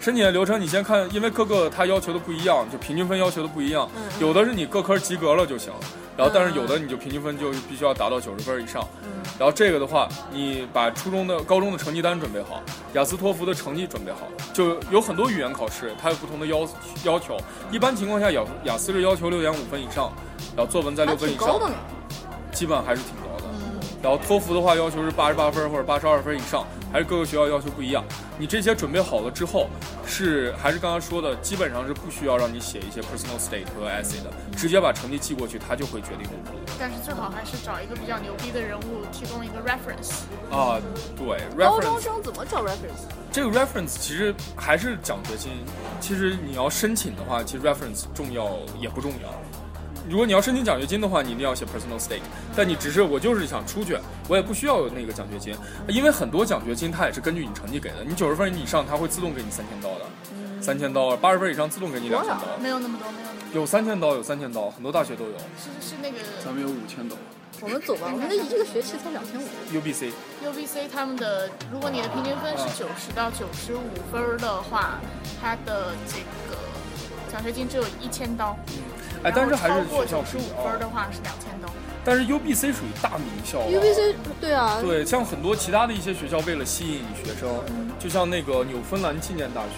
申请的流程你先看，因为各个它要求的不一样，就平均分要求的不一样，嗯有的是你各科及格了就行，然后但是有的嗯你就平均分就必须要达到九十分以上。嗯然后这个的话，你把初中的、高中的成绩单准备好，雅思、托福的成绩准备好，就有很多语言考试，它有不同的要要求。一般情况下，雅雅思是要求六点五分以上，然后作文在还六分以挺高上的，呢。基本还是挺高的。嗯然后托福的话，要求是八十八分或者八十二分以上，还是各个学校要求不一样。你这些准备好了之后，是还是刚刚说的，基本上是不需要让你写一些 personal state 和 essay 的，直接把成绩寄过去，他就会决定录不录。但是最好还是找一个比较牛逼的人物提供一个 reference。啊，对高中，reference 生怎么找 reference？这个 reference 其实还是讲决心。其实你要申请的话，其实 reference 重要也不重要。如果你要申请奖学金的话，你一定要写 personal stake。但你只是我就是想出去，我也不需要有那个奖学金，因为很多奖学金它也是根据你成绩给的。你九十分以上，它会自动给你三千刀的，三千刀；八十分以上自动给你两千刀多，没有那么嗯多，没有那么有三千刀，有三千刀，很多大学都有。多，是是那个咱们有五千刀，我们走吧，我们的一个学期才两 千五。 UBC UBC 他们的，如果你的平均分嗯是九十到九十五分儿的话，它的这个奖学金只有一千刀。哎，但是还是然后超过学校九不十一五分儿样的话是两千刀。但是 UBC 属于大名校、啊。 UBC 对啊，对，像很多其他的一些学校，为了吸引学生，就像那个纽芬兰纪念大学，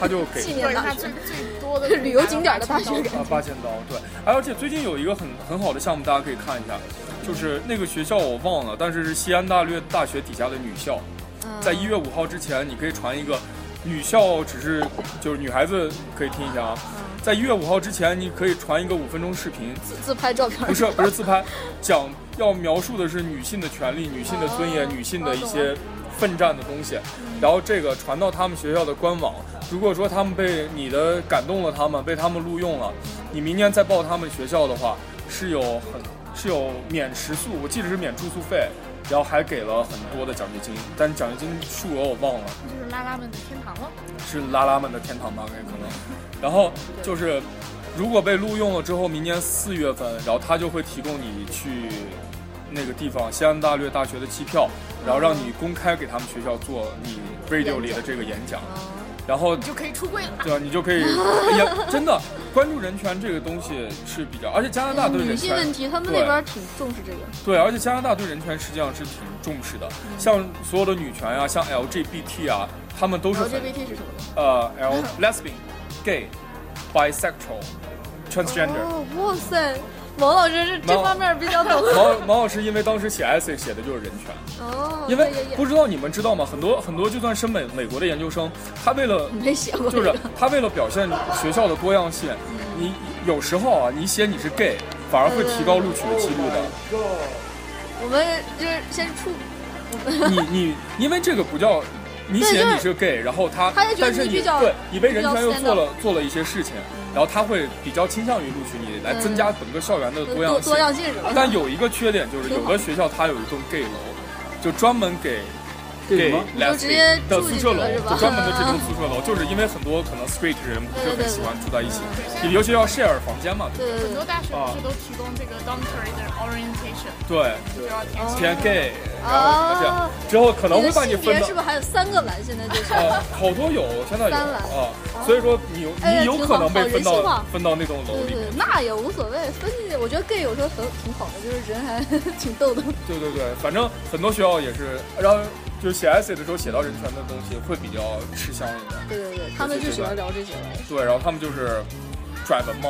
他就给嗯纪对，念大它学最，最 多的旅游景点的大学8000刀感。啊八千刀。对，而且最近有一个很很好的项目，大家可以看一下，就是那个学校我忘了，但是是西安大略大学底下的女校，嗯在一月五号之前，你可以传一个。女校只是就是女孩子可以听一下啊，嗯在一月五号之前，你可以传一个五分钟视频，自自拍照片儿。不是不是自拍，讲要描述的是女性的权利、女性的尊严、哦嗯女性的一些奋战的东西。然后这个传到他们学校的官网，如果说他们被你的感动了，他们被他们录用了，你明年再报他们学校的话，是有很是有免食宿，我记得是免住宿费，然后还给了很多的奖学金，但奖学金数额我忘了。那就是拉拉们的天堂了。是拉拉们的天堂吧，也可能。然后就是，如果被录用了之后，明年四月份，然后他就会提供你去那个地方西安大略大学的机票，然后让你公开给他们学校做你 radio 里的这个演讲，嗯然后你就可以出柜了。对吧？你就可以，哎呀，真的关注人权这个东西是比较，而且加拿大对女人性权问题，他们那对边儿挺重视这个。对，而且加拿大对人权实际上是挺重视的，像所有的女权啊，像 LGBT 啊，他们都是很 LGBT 是什么呢？呃 L lesbian、gay、bisexual、transgender。哦，哇塞，王老师是这方面比较懂。 毛毛老师因为当时写 essay 写的就是人权，哦，因为对对对不知道你们知道吗？很多很多就算是美美国的研究生，他为了没写过 这就个，是他为了表现学校的多样性，你有时候啊，你写你是 gay，反而会提高录取的几率的。我们就是先出，你你因为这个不叫。你对写就是你是 gay，然后他，他就觉得但是你你比较对你为人比较权又 stand 做了做了一些事情，然后他会比较倾向于录取你，来嗯增加整个校园的多样呃多性多。样性是吧？但有一个缺点就是，有的学校它有一栋 gay 楼，就专门给给给什么？ l e 就直接 s 的住宿进去舍了楼是，吧嗯就专门的这种宿舍楼，就是因为很多可能 straight 人不是很喜欢住在一起，嗯对，你尤其要 share 房间嘛，对对很对。多大学不是都提供这个 dormitory 的 orientation，对，就要填哦偏 gay，然后这样哦，之后可能会把你你的性别分是到。不是还有三个栏？现在就是啊，好多 有，现在有三栏啊，所以说你有哎你有可能被分挺好好到人性化分到那栋楼对里对，，对那也无所谓。分析，我觉得 gay 有时候很挺好的，就是人还 挺逗的。对对对，反正很多学校也是，然后就写 essay 的时候写到人权的东西会比较吃香一点。对对对，他们就喜欢聊这些玩意儿。对，然后他们就是拽文嘛，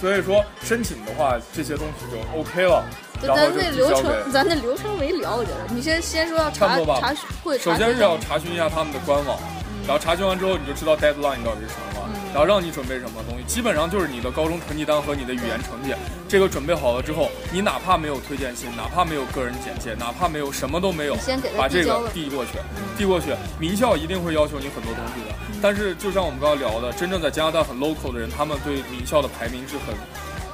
所以说申请的话，这些东西就 OK 了，就然后咱就那提流交程，给。咱那流程没聊，我觉得你先先说要差查不多吧查询嗯会查首询，先是要查询一下他们的官网，然后查询完之后你就知道 deadline 到底是什么嗯了，然后让你准备什么东西，基本上就是你的高中成绩单和你的语言成绩。这个准备好了之后，你哪怕没有推荐信，哪怕没有个人简介，哪怕没有什么都没有，先给他把这递交个了嗯递过去，递过去，名校一定会要求你很多东西的。但是就像我们刚刚聊的，真正在加拿大很 local 的人，他们对名校的排名是很。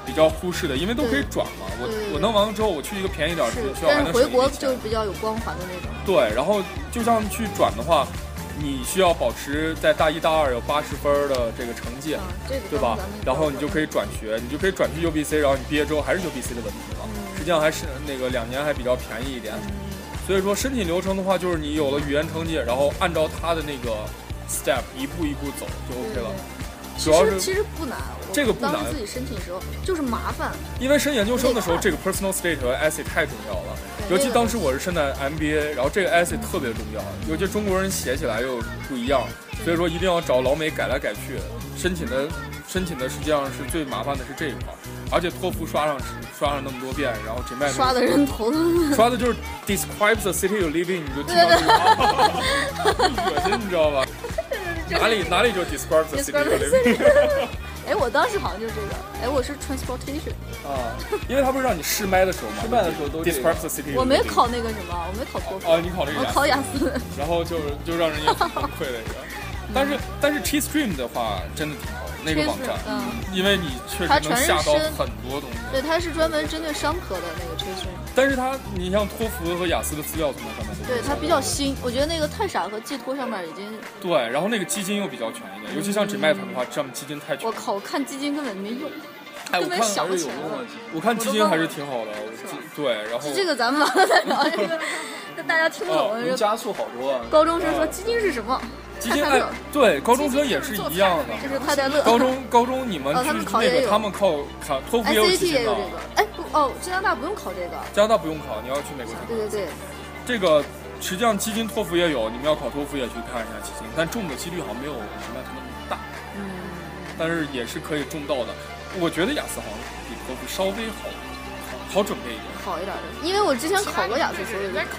比较忽视的，因为都可以转嘛。我对对对我弄完了之后，我去一个便宜点儿的是，学校，还但能是省一回笔国钱就比较有光环的那种。对，然后就像去转的话，你需要保持在大一大二有八十分儿的这个成绩，啊，这个对吧？然后你就可以以转学，你就可以转去 UBC，然后你毕业之后还是 UBC 的文凭嗯了。实际上还是那个两年还比较便宜一点。所以说申请流程的话，就是你有了语言成绩，然后按照他的那个 step 一步一步走就 OK 了。主嗯其要实是其实不难，我这个不难当时自己申请的时候就是麻烦，因为升研究生的时候，得看这个 personal state 和 essay 太重要了。对尤其那个当时我是升的 MBA，然后这个 essay 特别重要，尤其中国人写起来又不一样，所以说一定要找老美改来改去。申请的申请的实际上是最麻烦的是这一块儿，而且托福刷上刷上那么多遍，然后 GMAT 刷的人头都刷的就是 describe the city you live in，你就听到这个，恶心，你知道吧？哪里哪里就 describe the city you live in。哎，我当时好像就是这个，哎，我是 transportation，啊，因为他不是让你试麦的时候吗？试麦的时候都这 describe 个 the city。我没考。那个什么，我没考托福，啊，你考这个我雅思，考雅思。 然后就就让人家很崩溃了一个。但是但是 T Stream 的话真的挺好的，那个网站，嗯，因为你确实它能全是下到深很多东西。对，它是专门针对商科的那个 t r a c i n 但是它，你像托福和雅思的资料从那上面都可以对，它比较新，我觉得那个太傻和寄托上面已经，对，然后那个基金又比较全一点，尤其像 GMAT 的话，这样基金太全嗯我。靠，我看基金根本没用。哎，我根本看想还不是起有来用了的。。我看基金还是挺好的，我是吧记对，然后这个咱们完了再聊这个，那大家听不哦懂。能这加速好多啊。高中生说基金是什么？基金看看哎乐，对，高中生也是一样的。就是快快乐。高中高中你们哦去他们考那也个，有他们靠考托福也有 SAT 基金也有的这，个，哎不哦，加拿大不用考这个。加拿大不用考，你要去美国去考。对对对，这个实际上基金托福也有，你们要考托福也去看一下基金，但中的几率好像没有 GMAT 那么大，嗯，但是也是可以中到的。我觉得雅思好像比托福稍微好，好准备一点。好一点的，因为我之前考过雅思，所以我人就在考。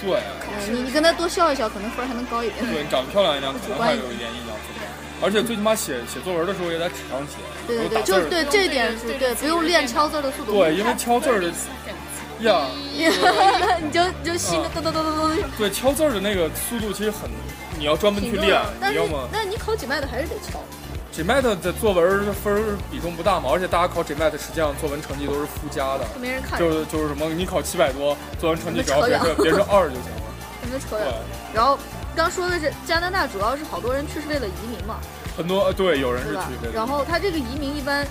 对，嗯，你你跟他多笑一笑，可能分儿还能高一点。对，你长得漂亮一点，可主能观还一有一点印象分别。而且最起码写写作文的时候也在纸上写，对有对打字对，啊就儿是对不用这那一点个是对对，不用练敲字儿的速度。对，因为敲字儿的呀， 你就你就心啊咚咚咚咚咚。对敲字儿的那个速度其实很，你要专门去挺重练要的，但啊你是要么但是你考几麦的还是得敲。 GMAT 的作文分儿比重不大嘛，而且大家考 GMAT 实际上作文成绩都是附加的。没人看，就是就是什么，你考七百多，作文成绩只要别那扯是远别是二就行了。没人扯对远。，然后刚说的是加拿大，主要是好多人去是为了移民嘛，很多呃对，有人是对吧去这？个。然后他这个移民一般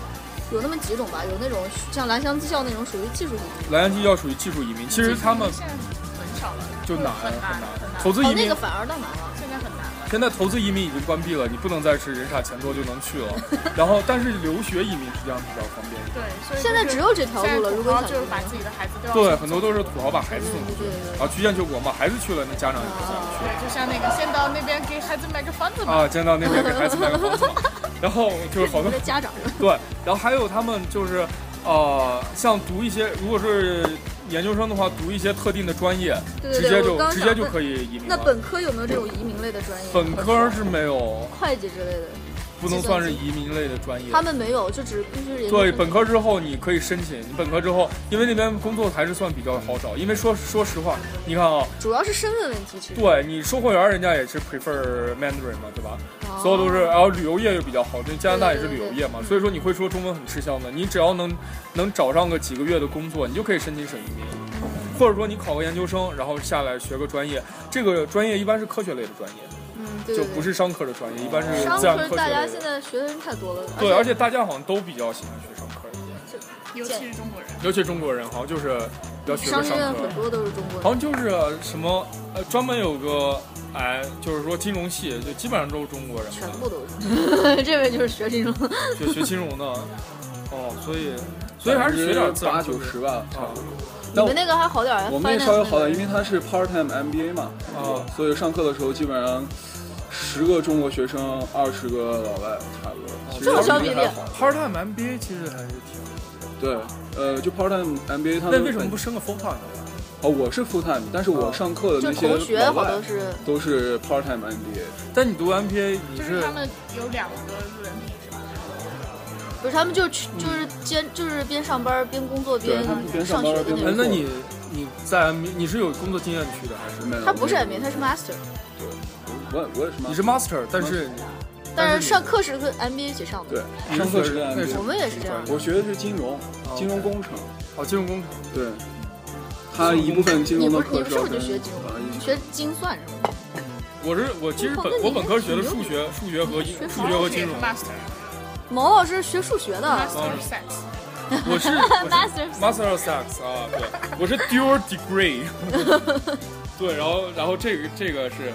有那么几种吧，有那种像兰香技校那种属于技术移民，蓝洋基要属于技术移民， 其实他们现在很少了，就难嗯很难很难投资移哦，那民个反而倒难了。现在很难了。现在投资移民已经关闭了，你不能再是人傻钱多就能去了。然后，但是留学移民实际上比较方便。对，所以现在只有这条路了，如果要想移就是把民自己的孩子都要对，很多都是土豪把孩子对送对出去，对然对后曲线救国嘛，孩子去了，那家长也不想去。对，就像那个先到那边给孩子买个房子嘛，啊，见到那边给孩子买个房子嘛，然后就是好对，多的家长们对，然后还有他们就是，呃，像读一些，如果是研究生的话，读一些特定的专业，对直对接对，就我刚直想接就问可以移民那了。本科有没有这种移民类的专业？本科是没有，会计之类的，不能算是移民类的专业。他们没有，就只必须研究对，生本科之后你可以申请，你本科之后，因为那边工作还是算比较好找，因为说说实话，你看啊，主要是身份问题，其实对你售货员人家也是 prefer Mandarin 嘛，对吧？哦所有都是，然后旅游业又比较好，因为加拿大也是对对旅游对业嘛，所以说你会说中文很吃香的。你只要能能找上个几个月的工作，你就可以申请省移民，或者说你考个研究生，然后下来学个专业。这个专业一般是科学类的专业，嗯，对就对不对。是商科的专业，一般是商自然科科学大家类现的。在学的人太多了，对，而且大家好像都比较喜欢学商科一点，尤其是中国人，尤其中国人好像就是比较学商个学商院科很。多都是中国好人，像就是什么呃，专门有个哎，就是说金融系，就基本上都是中国人嘛，全部都是。 这位就是学金融，就学金融的。哦，所以所以还是学点自然八科九学十吧，差啊不多。 你们那个还好点儿，啊我们 finance 那稍微好那点，个因为它是 part time MBA 嘛，啊所以上课的时候基本上十个中国学生，二十个老外，差不多。其实哦这么小比例还好，part time MBA 其实还是挺。对，呃，就 part time MBA 他们那为什么不哦升个 full time 呢？哦，我是 full time，但是我上课的就那同些学老好外多是都是 part time MBA。但你读 MBA 你就是他们有两个文凭是吧？不是他们就去就是兼就是边上班儿边工作边对他们边上上班学儿的那边哎种。那你你在 MBA 你是有工作经验去的还是？没有，他不是没有 MBA，他是 master，我我也是吗你？是 master，但是但是是上课是跟 MBA 一起上的。对，上课是那是 MBA 我。们也是这样的，我学的是金融，金融工程，哦金融工程对，它一部分金你不融的是你课不是不是就跟啊学金融法律学精算是吗？我是我其实本哦那你我本科学的你数学、数学和你学数学和金融， master 毛老师学数学的 master 嗯 of science，我是我是，master Master of Sex 啊，对，我是 Dual Degree， 对，然后然后这个这个是，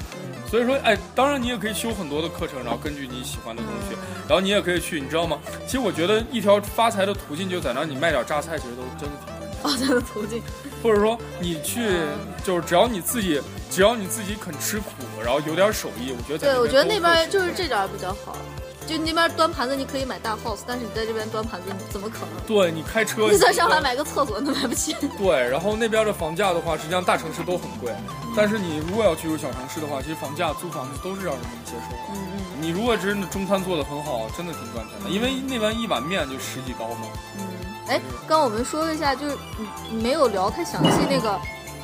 所以说哎，当然你也可以修很多的课程，然后根据你喜欢的东西，然后你也可以去，你知道吗？其实我觉得一条发财的途径就在那，你卖点榨菜，其实都真的挺关键的。哦，他的途径，或者说你去，嗯就是只要你自己，只要你自己肯吃苦，然后有点手艺，我觉得在对我觉得都那会边就是这点儿比较好，就那边端盘子你可以买大 house，但是你在这边端盘子你怎么可能？对你开车，你在上海买个厕所都买不起。对，然后那边的房价的话，实际上大城市都很贵，但是你如果要去入小城市的话，其实房价、租房子都是让人能接受的。嗯嗯你如果真的中餐做的很好，真的挺赚钱的，因为那边一碗面就十几刀嘛。嗯。哎，刚我们说了一下，就是你你没有聊太详细那个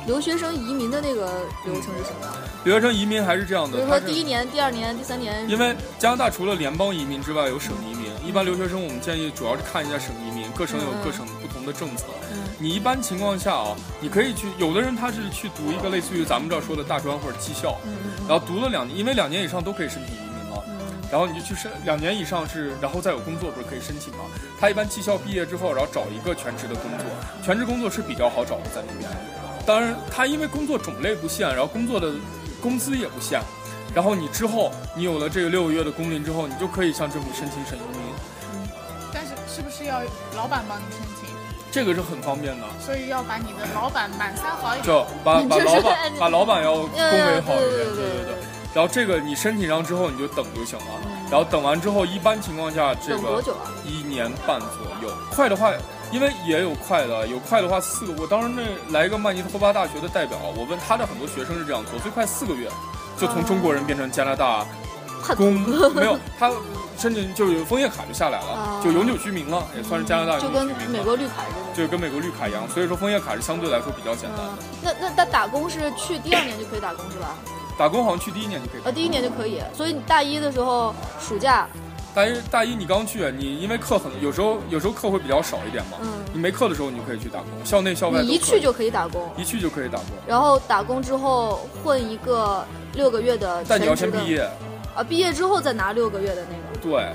留学生移民的那个流程是什么样的？留学生移民还是这样比的，如嗯它说是第一年、第二年、第三年，因为加拿大除了联邦移民之外，有省移民。一般留学生，我们建议主要是看一下省移民，各省有各省不同的政策。嗯你一般情况下啊，你可以去，有的人他是去读一个类似于咱们这儿说的大专或者技校，嗯然后读了两年，因为两年以上都可以申请移民了。然后你就去申两年以上是，然后再有工作不是可以申请吗？他一般技校毕业之后，然后找一个全职的工作，全职工作是比较好找的在那边。当然，他因为工作种类不限，然后工作的工资也不限，然后你之后你有了这个六个月的工龄之后，你就可以向政府申请省移民，但是是不是要老板帮你申请？这个是很方便的。所以要把你的老板满三好一点。就 把把你这老是板把老板要恭呀呀维好一对点，嗯对呃对对对对。然后这个你申请上之后你就等就行了，嗯然后等完之后一般情况下这等多个久啊？一年半左右，快的话。因为也有快的，有快的话四个。我当时那来一个曼尼托巴大学的代表，我问他的很多学生是这样做，最快四个月就从中国人变成加拿大叛徒公，没有他申请就是有枫叶卡就下来了啊，就永久居民了，也算是加拿大永就久跟居民美了，国绿卡似的。就跟美国绿卡一样。所以说枫叶卡是相对来说比较简单的。，嗯那那他打工是去第二年就可以打工是吧？打工好像去第一年就可以呃，第一年就可以，所以你大一的时候暑假，大一大一你刚去，你因为课很有时候有时候课会比较少一点嘛，嗯，你没课的时候你就可以去打工，校内校外都你一可去以就可以打工，一去就可以打工，然后打工之后混一个六个月的但你要先全职的毕业。啊，毕业之后再拿六个月的那个对，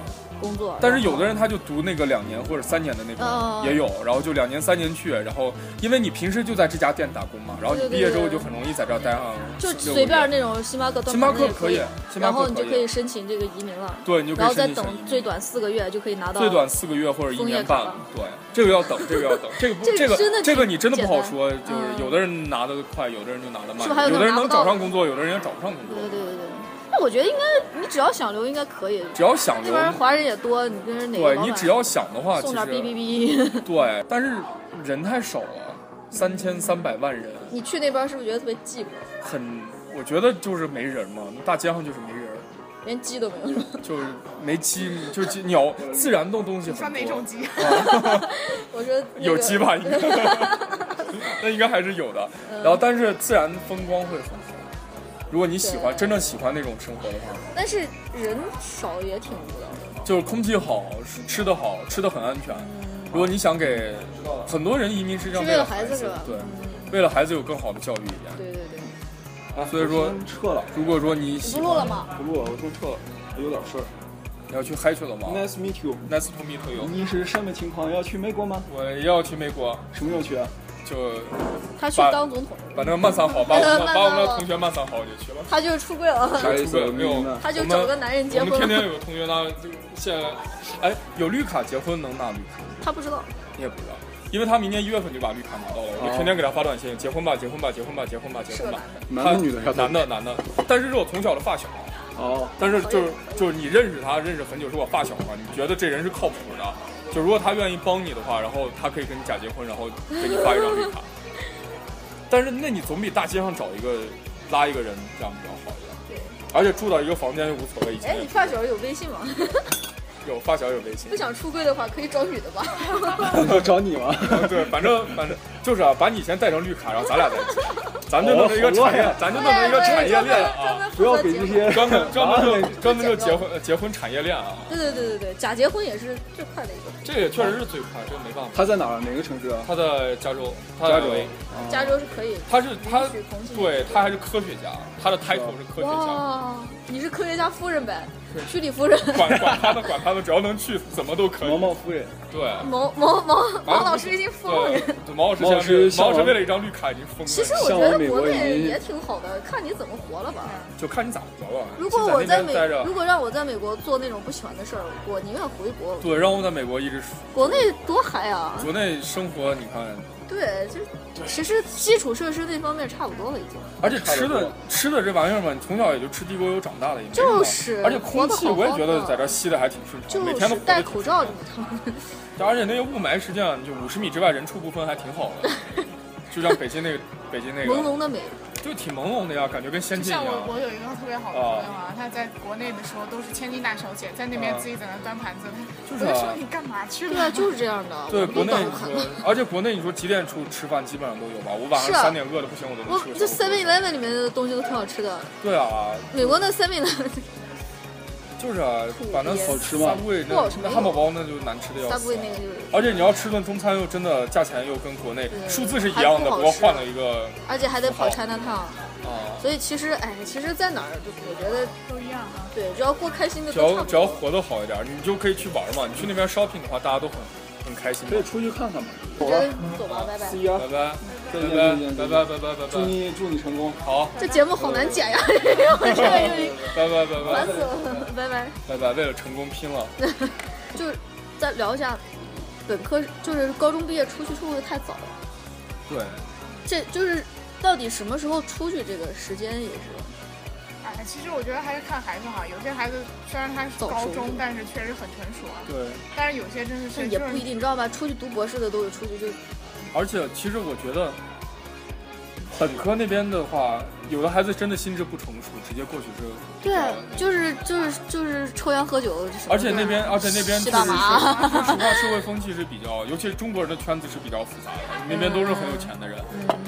工作。但是有的人他就读那个两年或者三年的那嗯嗯嗯种也有，然后就两年三年去，然后因为你平时就在这家店打工嘛，然后你对对毕业对之后就对很容易在这儿待上就四六个随便月那种星巴克、端星巴盘子克也可啊以，星巴然后克你就可以，申请这个移民了，对，你就可然后以再申请省移等民最短四个月就可以拿到。最短四个月或者一枫叶年卡半了，对，这个要等，这个要等，这个不， 这这个个真的这个挺你真的不好说，就单嗯是有的人拿得快，有的人就拿得是不是还慢，有有的人那能种拿不到找的上工作，有的人也找不上工对作对。对对对。那我觉得应该，你只要想留，应该可以。只要想那留，边华人也多，你跟人哪个对老你板只要想的话，送其点哔哔实哔。 对，但是人太少了，三千三百万人，你去那边是不是觉得特别寂寞，很，我觉得就是没人嘛，大街上就是没人，连鸡都没有？就是没鸡，就是鸡鸟，自然的东西你说很哪多。种鸡？我说、那个、有鸡吧，应该，那应该还是有的。然后，但是自然风光会很好。如果你喜欢对真正喜欢那种生活的话，但是人少也挺无聊的。就是空气好，吃的好，吃的很安全。如果你想给很多人移民是这样是为了孩孩子是吧对，为了孩子有更好的教育一点。对对对，哎所以说我先撤了，如果说你你喜不录了欢，吗？不录了，我先撤了，我有点事儿。你要去嗨去了吗 Nice meet you。 ？Nice to meet you。你是什么情况？要去美国吗？我要去美国，什么时候去啊？就他去把当总统，把那个慢三好，把我 慢们慢把我们好的同学慢三好，我就去了。他就是出柜了， 啥意思我没明白他就找个男人结我们婚天了。天有同学呢，就现在，哎，有绿卡结婚能拿绿卡？他不知道，你也不知道，因为他明年一月份就把绿卡拿到了，我就哦天天给他发短信，结婚吧，结婚吧，结婚吧，结婚吧，结是婚个吧男。的。男的女的要男的男的，但是是我从小的发小，哦， 但是就是就是你认识他认识很久是我发小嘛，你觉得这人是靠谱的，就如果他愿意帮你的话，然后他可以跟你假结婚，然后给你发一张绿 卡。但是那你总比大街上找一个拉一个人这样比较好一点，而且住到一个房间又无所谓，以前哎，也你发小有微信吗？ 有发小有微信不。想出柜的话，可以找 女的吧？要找你 吗？对，反正反正就是啊，把你先带成绿卡，然后咱俩在 一起，咱就弄成一个产业哦好乱呀，咱就弄成一个产业链专啊，门不要给这。些专门专门麻就专门就结婚结婚产业链啊，对对对对对，假结婚也是最快的一个。这也确实是最快，这个没办法。他在哪儿？哪个城市啊？他在加州，他在加州。哦加州是可以他是他允许同性恋。对他还是科学家，他的 title 是科学家，哇，你是科学家夫人呗？居里 夫人、管管他的，管他的，只要能去，怎么都可以。毛毛夫人，对，毛毛毛毛老师已经疯了。对，对毛老师毛老现在为师毛老师上为了一张绿卡已经疯了。其实我觉得国内也挺好的，看你怎么活了吧。就看你咋活了。啊如果我在在那美边待，着如，果让我在美国做那种不喜欢的事儿，我宁愿回国。对，让我在美国一直国内多嗨啊！国内生活，你看，对，就是其实基础设施那方面差不多了，已经。而且差吃不多的吃的这玩意儿嘛，你从小也就吃地沟油长大的，也没什么就是而且空气我也觉活得得好在这儿吸的还挺顺畅，就每天都是活得戴挺口顺罩畅这么烫。而且那个雾霾，实际上就五十米之外人畜不分，还挺好 的。就像北京那个，北京那朦个，胧的美，就挺朦胧的呀，感觉跟仙就境一像样。我，我有一个特别好的朋友啊，她在国内的时候都是千金大小姐，在那边啊自己在那端盘子，就我是就说啊，你干嘛去了？对啊，就是这样的。对我不国内懂你说，而且国内你说几点出吃饭，基本上都有吧。我晚上是啊三点饿的不行，我都能我吃个就火锅 Seven Eleven 里面的东西都挺好吃的，对啊，美国那 Seven Eleven 就是啊土，反正鳖好吃吗三味不好吃那那汉堡包那就难吃的要死 Subway。那个就是，而且你要吃顿中餐，又真的价钱又跟国内对数字是一还样的，不好不过吃换了一个而且还得跑好 China Town，啊，所以其实哎，其实在哪儿就我觉得都一样啊。对，只要过开心的只都差要不只要多。活得好一点，你就可以去玩嘛。你去那边 shopping 的话，大家都很很开心嘛可以。出去看看嘛。我走觉得了走吧，拜拜。 ，see ya，拜拜。再拜见拜拜拜再见再见，拜拜拜祝拜，你祝你成功。好，这节目好难剪呀， 我这个又一拜拜拜烦拜死了，拜拜。拜拜，为了成功拼了。就再聊一下，本科就是高中毕业出去会不会太早了？对，这就是到底什么时候出去，这个时间也是哎，其实我觉得还是看孩子哈，有些孩子虽然他是早高熟中，但是确实很成熟啊。对，但是有些真的但是也就不是一定，你知道吧？出去读博士的都有出去就而且其实我觉得，本科那边的话，有的孩子真的心智不成熟，直接过去之后，对，啊就是就是就是抽烟喝酒什么的，而且那边而且那边就吸是大麻，说实话，社会风气是比较，尤其是中国人的圈子是比较复杂的，那边都是很有钱的人，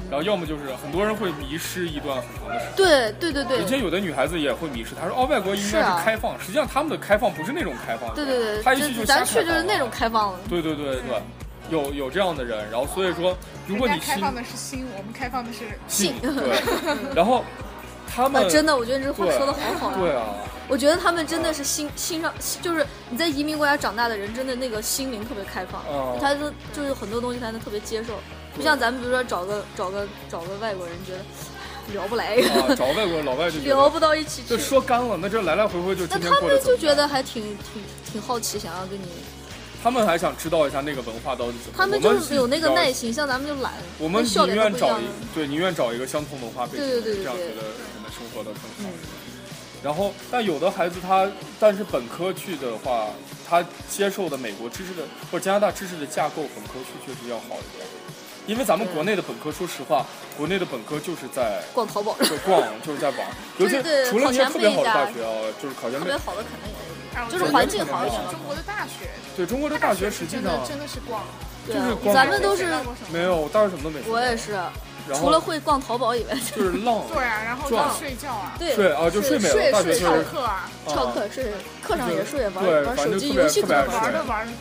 然后要么就是很多人会迷失一段很长的时间。对啊对对而且对。有的女孩子也会迷失，她说哦，外国应是该啊是开放，实际上他们的开放不是那种开放，对对她一对，去就瞎咱去就开是放那种了开放了，对对对对，有有这样的人，然后所以说，如果人你家开心放的是心，我们开放的是信 对，然后他啊们、，真的，我觉得你这话对说的好好啊。对啊，我觉得他们真的是心心上，就是你在移民国家长大的人，真的那个心灵特别开放，嗯他就就是很多东西他能特别接受，不像咱们比如说找个找个找个外国人，觉得哎聊不来，啊，找外国老外就觉聊得不到一起就去。说干了，那这来来回回就那今天他过得们怎就么样觉得还挺挺挺好奇，想要跟你，他们还想知道一下那个文化到底怎么样，他们我就们是有那个比较耐。心，像咱们就懒，我们跟笑宁点愿都不一找样一。对，宁愿找一个相同文化背景的对人，对对这样对觉得可能生活的更好嗯。然后，但有的孩子他，但是本科去的话，他接受的美国知识的或者加拿大知识的架构，本科去确实要好一点。因为咱们对国内的本科，说实话，国内的本科就是在逛 淘宝，就逛，就是在玩，尤其对对除了那些考前特别背好一的下大学啊，就是考前特背别，好的肯定也啊，我就是觉得环境好一点吧中国的大学，对中国的大学是实际真的上真的是逛，有。就是对啊，光咱们都学是，到过什么没。有，当时什么都没学。我也，是，然除后了会逛淘宝以外，就是浪， 对啊，然后转就睡觉啊，对睡啊就睡美了，大学睡就上是课啊，啊翘课睡，课上也睡，玩对玩反正手就机特别游戏特可别能爱玩睡玩儿着玩着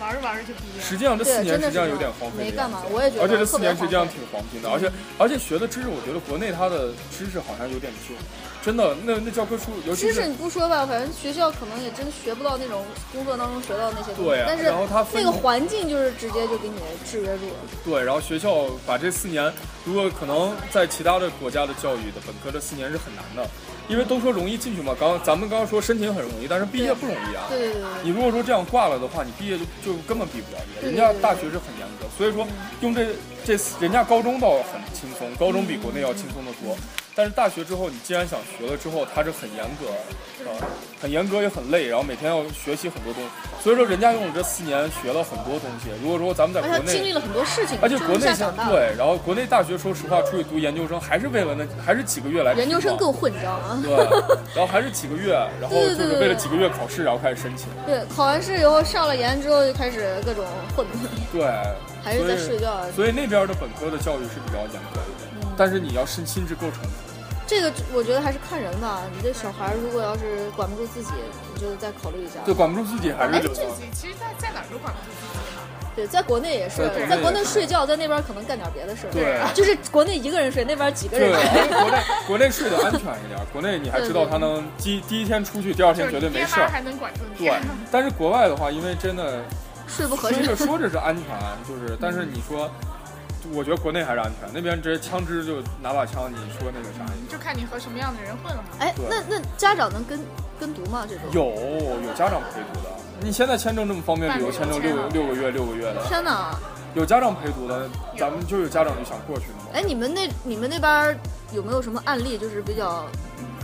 玩着玩着就毕业了。实际上这四对，年真实的际上有这点样荒废的样子，没干嘛，我也觉得而且这特四别年实际上荒废挺黄金的，而且而且学的知识，我觉得国内它的知识好像有点旧，真的，那那教科书，尤其知识是你不说吧，反正学校可能也真学不到那种工作当中学到那些东西，对啊但是然后它分那个环境就是直接就给你制约住了。对，然后学校把这四年，如果可能在其他的国家的教育的本科这四年是很难的，因为都说容易进去嘛，刚咱们刚刚说申请很容易，但是毕业对不容易啊。对对对对你如果说这样挂了的话，你毕业就就根本毕不了业。对人对家对大学是很严格，所以说用这这四人家高中倒很轻松，高中比国内要轻松得嗯多。但是大学之后，你既然想学了之后，它是很严格的，呃，很严格也很累，然后每天要学习很多东西。所以说，人家用了这四年学了很多东西。如果说咱们在而且国他经历内，了很多事情，而且就是国一内下现长大了，对，然后国内大学说实话，出去读研究生还是为了那还是几个月来研究拼嘛生更混，你知道吗？对，然后还是几个月，然后对对就对是对为了对几个月考试，然后开始申请。对，考完试以后上了研之后就开始各种混， 对，还是在所以睡觉啊。嗯所以那边的本科的教育是比较严格一点，但是你要身心智够成熟，这个我觉得还是看人吧。你这小孩儿如果要是管不住自己，你就再考虑一下。对，管不住自己还管是留不住着自己，其实在在哪儿都管不住自己嘛。对，在国内也是在国内，在国内睡觉，在那边可能干点别的事儿。对就是国内一个人睡，那边几个对，人睡。而且国内国内睡得安全一点，国内你还知道他能第第一天出去，第二就天是绝你对没爹事妈儿。还能管住你对。，但是国外的话，因为真的睡不合虽适。着说着是安全，就是但是你说，我觉得国内还是安全，那边直接枪支就拿把枪，你说那个啥？就看 你和什么样的人混了嘛。哎对，那那家长能跟跟读吗？这种？有有家长陪读的，你现在签证这么方便，旅游签证六六个月六个月的，天哪！有家长陪读的，咱们就有家长就想过去嘛。哎，你们那你们那边儿有没有什么案例，就是比较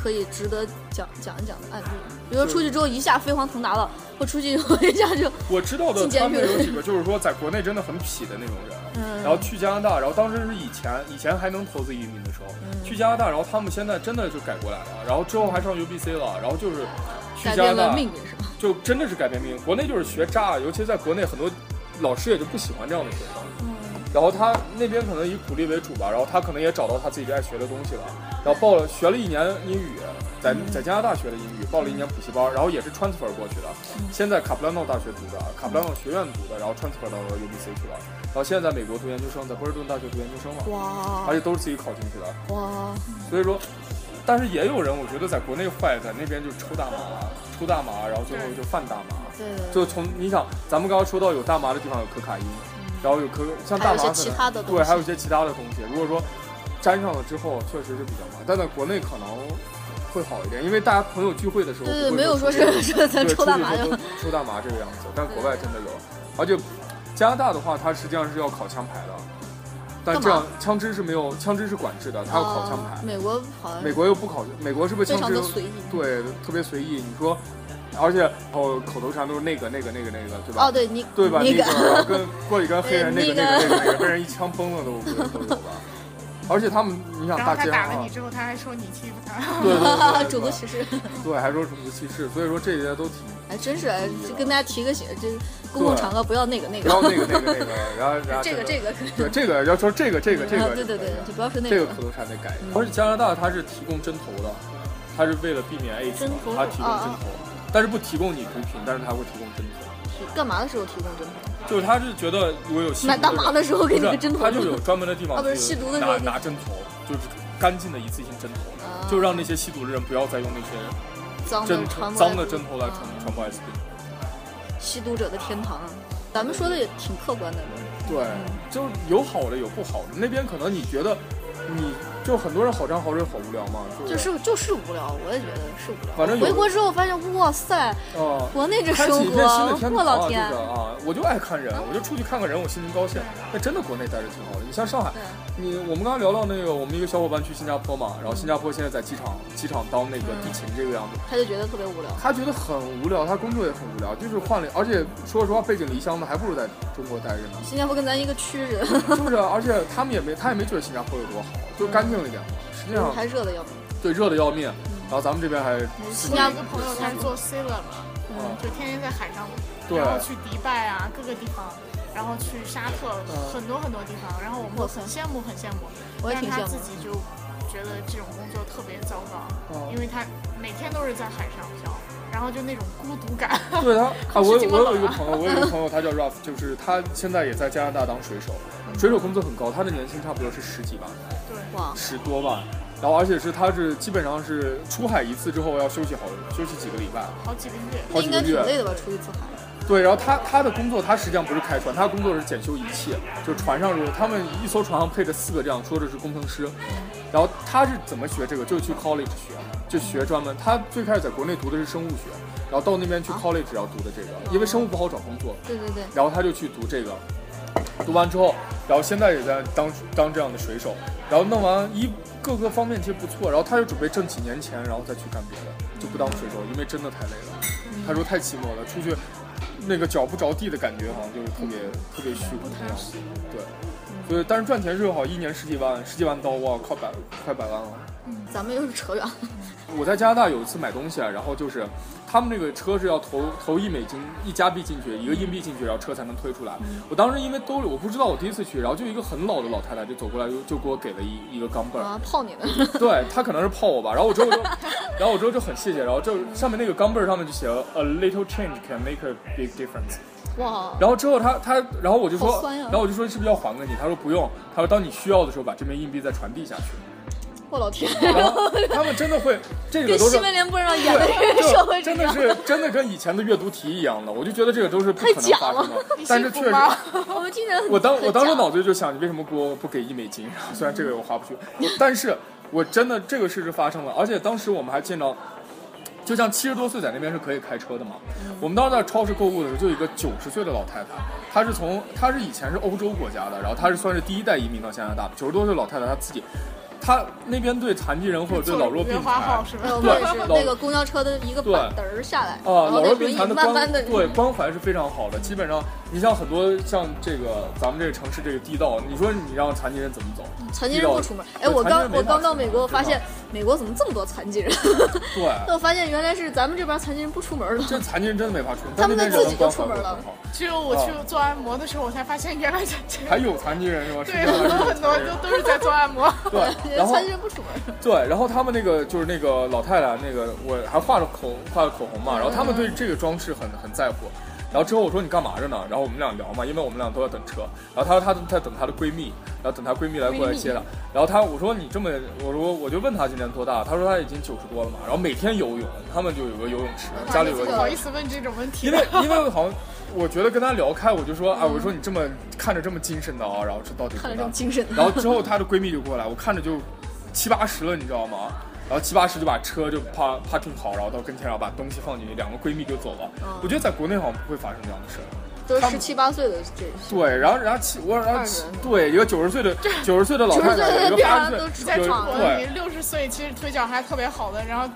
可以值得讲讲一讲的案例？比如说出去之后一下飞黄腾达了，或出去以后一下就我知道的，进监他们狱了有几个就是说在国内真的很痞的那种人，嗯，然后去加拿大，然后当时是以前以前还能投资移民的时候，嗯去加拿大，然后他们现在真的就改过来了，然后之后还上 UBC 了，然后就是去改加拿变文大明也是吧？就真的是改变命运。国内就是学渣，尤其在国内很多老师也就不喜欢这样的学生，嗯，然后他那边可能以鼓励为主吧，然后他可能也找到他自己爱学的东西了，然后报了学了一年英语，在嗯在加拿大学的英语，报了一年补习班，然后也是 transfer 过去的嗯，先在卡普兰诺大学读的，卡普兰诺学院读的，然后 transfer 到 UBC 去了，然后现在在美国读研究生，在波士顿大学读研究生嗯了，哇而且都是自己考进去的，哇，所以说，但是也有人我觉得在国内坏，在那边就抽大麻，抽大麻，然后最后就犯大麻。对，就从你想，咱们刚刚说到有大麻的地方有可卡因，然后有可像嗯还大有麻一些可其能他的东西。对，还有一些其他的东西。如果说沾上了之后，确实是比较麻烦，但在国内可能会好一点，因为大家朋友聚会的时候对不对会对，没有说出去是是咱对 抽大麻出去就都抽大麻这个样子，但国外真的有，而且加拿大的话，它实际上是要考枪牌的，但干这嘛样枪支是没有枪支是管制的，它要考枪牌。啊美国好像美国又不考，美国是不是非枪常支的随意。对，特别随意。你说，而且哦，口头禅都是那个、那个、那个、那个，对吧？哦，对你对吧？那那个个跟过去跟黑 人那对个、那个、那个、那个，被人一枪崩了都我觉得都有吧。而且他们，你想然大后他街啊打了上你，之后，他还说你欺负他。对 对 对种族对歧视，对，对，还说种族歧视，所以说这些都挺，哎，真是哎嗯就跟大家提个醒，这公共对场合不要那个那不个，要那个那个那 个，然后然后 这个这个可以，对这个要说这个这个这啊个， 对对对，就不要说那这个了口头禅得改嗯。而且加拿大它是提供针头的，它是为了避免 AIDS，针头它提供哦针头，但是不提供你毒品，但是它会提供针头。是 干嘛的时候提供针头？就是他是觉得如果有吸买毒大的麻人，的时候给你个不是针头，他就有专门的地方啊去不是吸毒的时候拿拿针头，就是干净的一次性针头，啊就让那些吸毒的人不要再用那些脏针的哦传播脏的针头来啊传传播艾滋病。吸毒者的天堂。啊咱们说的也挺客观的，对，嗯就是有好的有不好的，那边可能你觉得你就很多人好山好水好无聊嘛，就。是就是无聊，我也觉得是无聊。反正有回国之后发现，哇塞，哦，国内这开启生一片新的活，天堂我啊！老就是天！嗯啊，我就爱看人，我就出去看看人，我心情高兴。那真的国内待着挺好的。你像上海，对，你我们刚刚聊到那个，我们一个小伙伴去新加坡嘛，然后新加坡现在在机场机场当那个嗯地勤这个样子，他就觉得特别无聊。他觉得很无聊，他工作也很无聊，就是换了，而且说实话，背井离乡的还不如在中国待着 呢，新加坡跟咱一个区似是不是？而且他们也没，他也没觉得新加坡有多好，就干净一点嘛。实际的，上，还热的要命。对热的要命，然后咱们这边还嗯新我加有一个朋友他是做 sailor 嘛，嗯就天天在海上，对然后去迪拜啊各个地方，然后去沙特嗯很多很多地方，然后我们哇塞很羡慕很羡慕，我也挺但羡是他慕自。己就觉得这种工作特别糟糕，哦因为他每天都是在海上漂，然后就那种孤独感。 对他啊，我是我金光有一个宝啊朋友，我有一个朋友，他叫 Ralph，就是他现在也在加拿大当水手，水手工资很高，他的年薪差不多是十几万，对，哇，十多万，然后而且是他是基本上是出海一次之后要休息好休息几个礼拜，好几个月。那好几应个该挺月。累的吧？出一次海，对，然后他他的工作，他实际上不是开船，他的工作是检修仪器，就是船上如果他们一艘船上配着四个这样，说的是工程师，然后他是怎么学这个？就去 college 学，就学专门。他最开始在国内读的是生物学，然后到那边去啊 college 然后读的这个，因为生物不好找工作，对对对，然后他就去读这个，读完之后，然后现在也在当当这样的水手，然后弄完一各个方面其实不错，然后他就准备挣几年钱，然后再去干别的，就不当水手，因为真的太累了。他说太寂寞了，出去那个脚不着地的感觉，好像就是特别特别虚无那样子。对，所以但是嗯赚钱是好，一年十几万，十几万刀哇，靠百快百万了。咱们又是扯远了。我在加拿大有一次买东西啊，然后就是他们那个车是要投投一美金一加币进去，一个硬币进去，然后车才能推出来。嗯我当时因为兜里我不知道，我第一次去，然后就一个很老的老太太就走过来就就给我给了一一个钢镚儿，啊，泡你呢， 对他可能是泡我吧，然后我之 后就，然后我之后就很谢谢，然后这上面那个钢镚儿上面就写了 a little change can make a big difference，哇，然后之后他他，然后我就说，好酸啊呀然后我就说是不是要还给你？他说不用，他说当你需要的时候把这枚硬币再传递下去，我老天，然 后他们真的会，这个跟都西是。门连波上演的那个 对，社会真主的义，啊是真的跟以前的阅读题一样的，我就觉得这个都是不可能发生 的。但是确实，我们听着很我当我当时很假脑子里就想，你为什么给我不给一美金？虽然这个我花不去，但是我真的这个事实发生了，而且当时我们还见到，就像七十多岁在那边是可以开车的嘛。嗯我们当时在超市购物的时候，就有一个九十岁的老太太，她是从她是以前是欧洲国家的，然后她是算是第一代移民到加拿大。九十多岁老太太她自己，她那边对残疾人或者对老弱病人花残号。是哎吧？我也是对那个公交车的一个板嘚儿下来，啊，然老后弱那轮病椅残的慢嗯光慢的对光环是非常好的，基本上你像很多像这个咱们这个城市这个地道，你说你让残疾人怎么走？残疾人不出门。哎，我残疾人刚没法我刚到出门美国，我对吧发现美国怎么这么多残疾人？ 对，我发现原来是咱们这边残疾人不出门了。这残疾人真的没法出门，他们但那边自己人光就出门环了保很好 只有我去做按摩的时候，我才发现原来在这 还有残疾人是吧？ 对，世界很上啊多还有残很多疾人都都是在做按摩。 对，然后残疾人不出门，对，然后他们那个就是那个老太太，那个我还画了口画了口红嘛，然后他们对这个装饰很很在乎。然后之后我说你干嘛着呢？然后我们俩聊嘛，因为我们俩都要等车。然后她说她在等她的闺蜜，然后等她闺蜜来过来接她。然后她我说你这么，我说我就问她今年多大，她说她已经九十多了嘛。然后每天游泳，他们就有个游泳池，家里有个不游好 泳意池。思问这种问题因为因为好像我觉得跟她聊开，我就说啊，我说你这么看着这么精神的啊，然后这到底多看着大这么精神的。然后之后她的闺蜜就过来，我看着就七八十了，你知道吗？然后七八十就把车就趴趴停好，然后到跟前，然后把东西放进去，两个闺蜜就走了。嗯我觉得在国内好像不会发生这样的事儿。都他是十们七八岁的这对，然后然后七我然后二七人对一个九十岁的九十岁的老太90太，有岁的一个地八方十都岁只有在一个床对我你六十岁，其实腿脚还特别好的，然后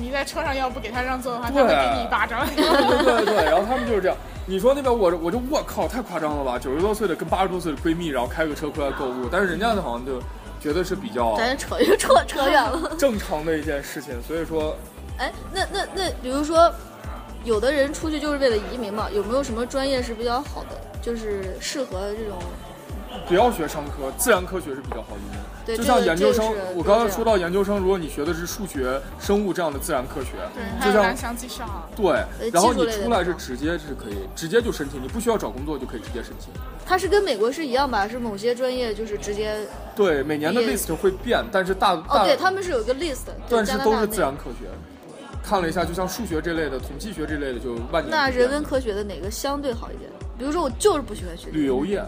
你在车上要不给他让座的话，他会给你一巴掌。 对对对，然后他们就是这样。你说那边我我就我靠，太夸张了吧！九十多岁的跟八十多岁的闺蜜，然后开个车过来购物，但是人家好像就觉得是比较咱扯又扯扯远了。 正常的一件事情，所以说哎，那那那，比如说，有的人出去就是为了移民嘛，有没有什么专业是比较好的，就是适合这种？不要学商科，自然科学是比较好移民。对，就这像个研究生这个是，啊我刚刚说，到研究生，如果你学的是数学、生物这样的自然科学，对，就还有像蓝翔技啊校。对，呃然后技你术类的出来那是种直接是可以直接就申请，你不需要找工作就可以直接申请。这个它是跟美国是一样吧？是某些专业就是直接对，每年的毕业 list 会变，但是大大哦，对，他们是有一个 list，的但加是拿都大是那自然科学。看了一下，就像数学这类的、统计学这类的，就万年那不变人文科学的哪个相对好一点？比如说我就是不喜欢学旅游业，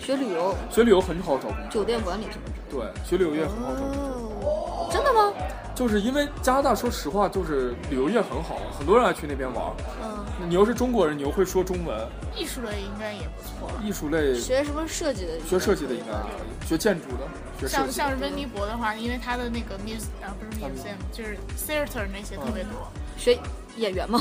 学旅游、学旅游很好找工作。酒店管理什么的。对，学旅游业很好找工作，哦，真的吗？就是因为加拿大，说实话，就是旅游业很好，很多人爱去那边玩儿。嗯，你又是中国人，你又会说中文，艺术类应该也不错。艺术类学什么设计的？学设计的应该可以，学建筑的，学设像计的像温尼伯的话，因为他的那个 muse 啊不是 museum，就是 theater 那些特别嗯多，学演员吗？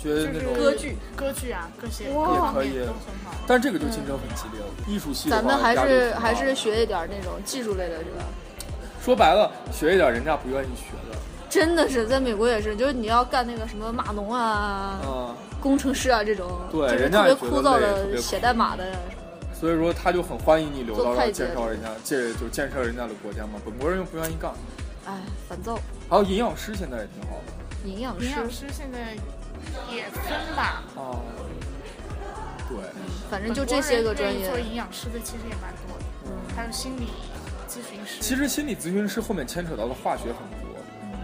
学那就是种歌，剧、歌剧啊各些各哇方面也可以都很好。但这个就竞争很激烈。艺术系的咱话们还压力是很大还是学一点那种技术类的，是吧？说白了，学一点人家不愿意学的真的是，在美国也是，就是你要干那个什么码农啊、啊，工程师啊这种，对就是人家特也别觉得枯燥累特别枯的写代码的，所以说他就很欢迎你留到做这儿会计介绍人家，这就建设人家的国家嘛。本国人又不愿意干。哎，烦躁。还有营养师现在也挺好的营养师营，养师现在也分吧，啊，对，反正就这些个专业本国人愿意。做营养师的其实也蛮多的，还有心理咨询师。嗯其实心理咨询师后面牵扯到的化学很多，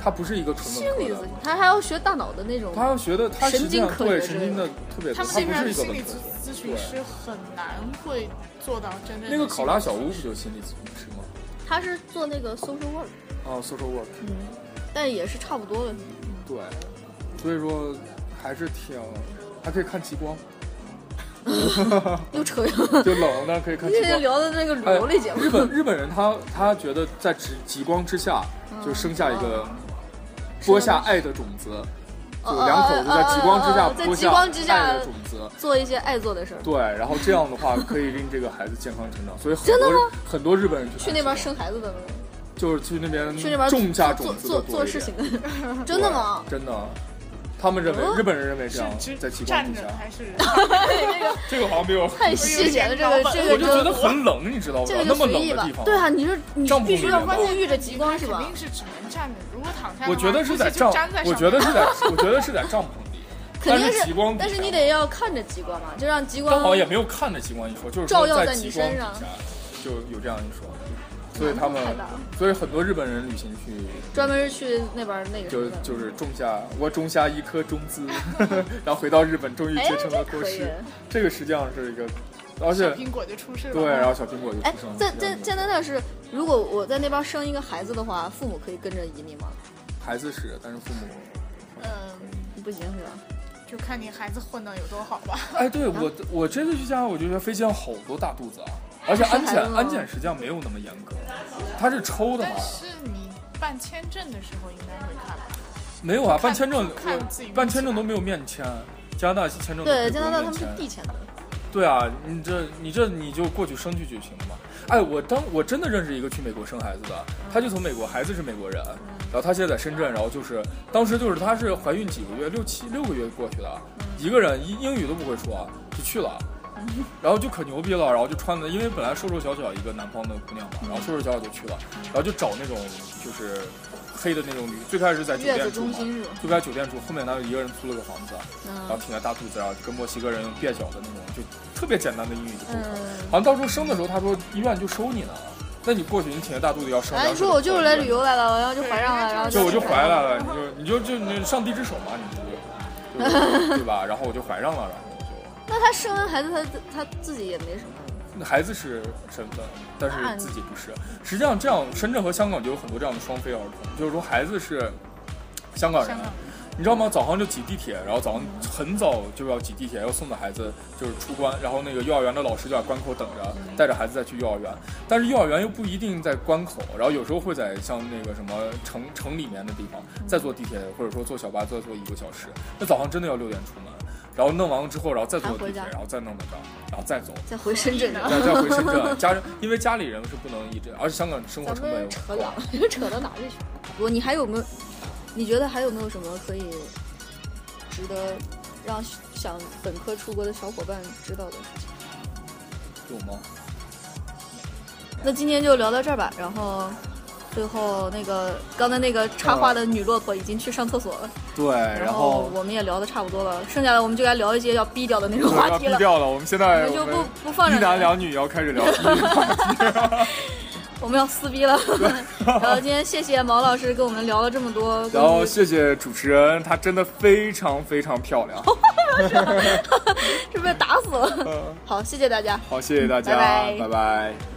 他不是一个纯心文理科咨的询，，他还要学大脑的那种。他要学的他实际上神经科学对之神类的经的特别多，他他们这不是一个边的心文理科咨。咨询师很难会做到真正的那个考拉小心理屋咨不询就心理咨询师吗？他是做那个 social work，啊，social work，嗯，但也是差不多 的。对，所以说还是挺，还可以看极光，又扯远了，就冷了但是可以看极这就光。聊的那个旅哎游类节目。日本日本人他他觉得在极极光之下嗯就生下一个播下爱的种子，哦就两口子在极光之下哦哦哦哦播在极光之下下爱的种子。做一些爱做的事儿，对，然后这样的话可以令这个孩子健康成长，所以很真的多吗很多日本人就去那边生孩子的吗？就是去那边去那边种下做种子做的做多一事情点， 的，真的吗？真的，他们认为哦日本人认为这样是在直极光底站着下，还是？这个好像没有， 太细节了，这我有个点这我就个觉得就很冷，你知道吗这？个那就么随冷意的吧地。方，对啊，你是你帐篷必须要里面吧沐浴着极光是吧肯？定是只能站着，如果躺下的话，我觉得是在估计帐就粘，在上面我觉得是在， 我觉得是在帐篷里，肯但定是极光底下但是你得要看着极光嘛，就让极光刚好也没有看着极光一说，就是说照耀在在极你光底身下上就有这样一说，嗯所以他们难度太大了，所以很多日本人旅行去专门去那边那个什就么的。就是种下我种下一颗种子， 然后回到日本终于哎结成了这果可以实，这个实际上是一个，而且小苹果就出事了。对，然后小苹果就哎出生，了。在这样的在在那那是，如果我在那边生一个孩子的话，父母可以跟着移民吗？孩子是，但是父母。嗯，不行是吧？就看你孩子混的有多好吧。哎，对我我这次去加拿大，我就觉得飞机上好多大肚子啊，而且安检生孩子吗安检实际上没有那么严格，它是抽的嘛但，是你办签证的时候应该会看吧？没有啊，办看签证看自己我办签证都没有面签，加拿大签证都对，不加用拿大他面们是签递签的，对啊，你这你这你就过去生去就行了嘛。哎，我当我真的认识一个去美国生孩子的，他就从美国，孩子是美国人，嗯然后他现在在深圳，然后就是当时就是她是怀孕几个月，六七六个月过去的，嗯一个人英英语都不会说就去 了。然后就可牛逼了，然后就穿的，因为本来瘦瘦小小一个南方的姑娘嘛，然后瘦瘦小小就去了，嗯然后就找那种就是黑的那种旅，最开始是在酒月子店住中嘛，心是吧？最开始酒店住，后面他就一个人租了个房子，然后嗯挺着大肚子，然后就跟墨西哥人用蹩脚的那种，就特别简单的英语就沟通。嗯。好像到时候生的时候，他说医院就收你呢，那你过去你挺着大肚子要生。哎，你说我就是来旅，游来了，我要就怀上了，然后就我就怀来了。了，你就你就就你上帝之手嘛，你就就对吧？然后我就怀上了，然后我那他生完孩子，他他自己也没什么。就那孩子是身份，但那是你自己不是。实际上这样，深圳和香港就有很多这样的双非儿童，就是说孩子是香港人啊香。港你知道吗？早上就挤地铁，然后早上很早就要挤地铁，要送着孩子就是出关，然后那个幼儿园的老师就在关口等着，带着孩子再去幼儿园。但是幼儿园又不一定在关口，然后有时候会在像那个什么城城里面的地方嗯再坐地铁，或者说坐小巴再坐一个小时。那早上真的要六点出门，然后弄完了之后，然后再坐还地回铁家，然后再弄到这儿，然后再走。再回深圳 呢？再再回深圳，家人因为家里人是不能一直，而且香港生活咱成本们又扯高远了， 扯到哪儿去了？不，你还有没有？你觉得还有没有什么可以值得让想本科出国的小伙伴知道的事情？有吗？那今天就聊到这儿吧。然后最后那个刚才那个插话的女骆驼已经去上厕所了，对，然后我们也聊的差不多了，剩下的我们就该聊一些要逼掉的那种对话要题低了。调了，我们现我在们就我不们不放一着男你了，两女要开始 聊地域话题了，我们要撕 逼了。然后今天谢谢毛老师跟我们聊了这么多然后关于谢谢主持人，她真的非常非常漂亮。哦嗯是不是打死了？好，谢谢大家。好，谢谢大家，拜拜拜拜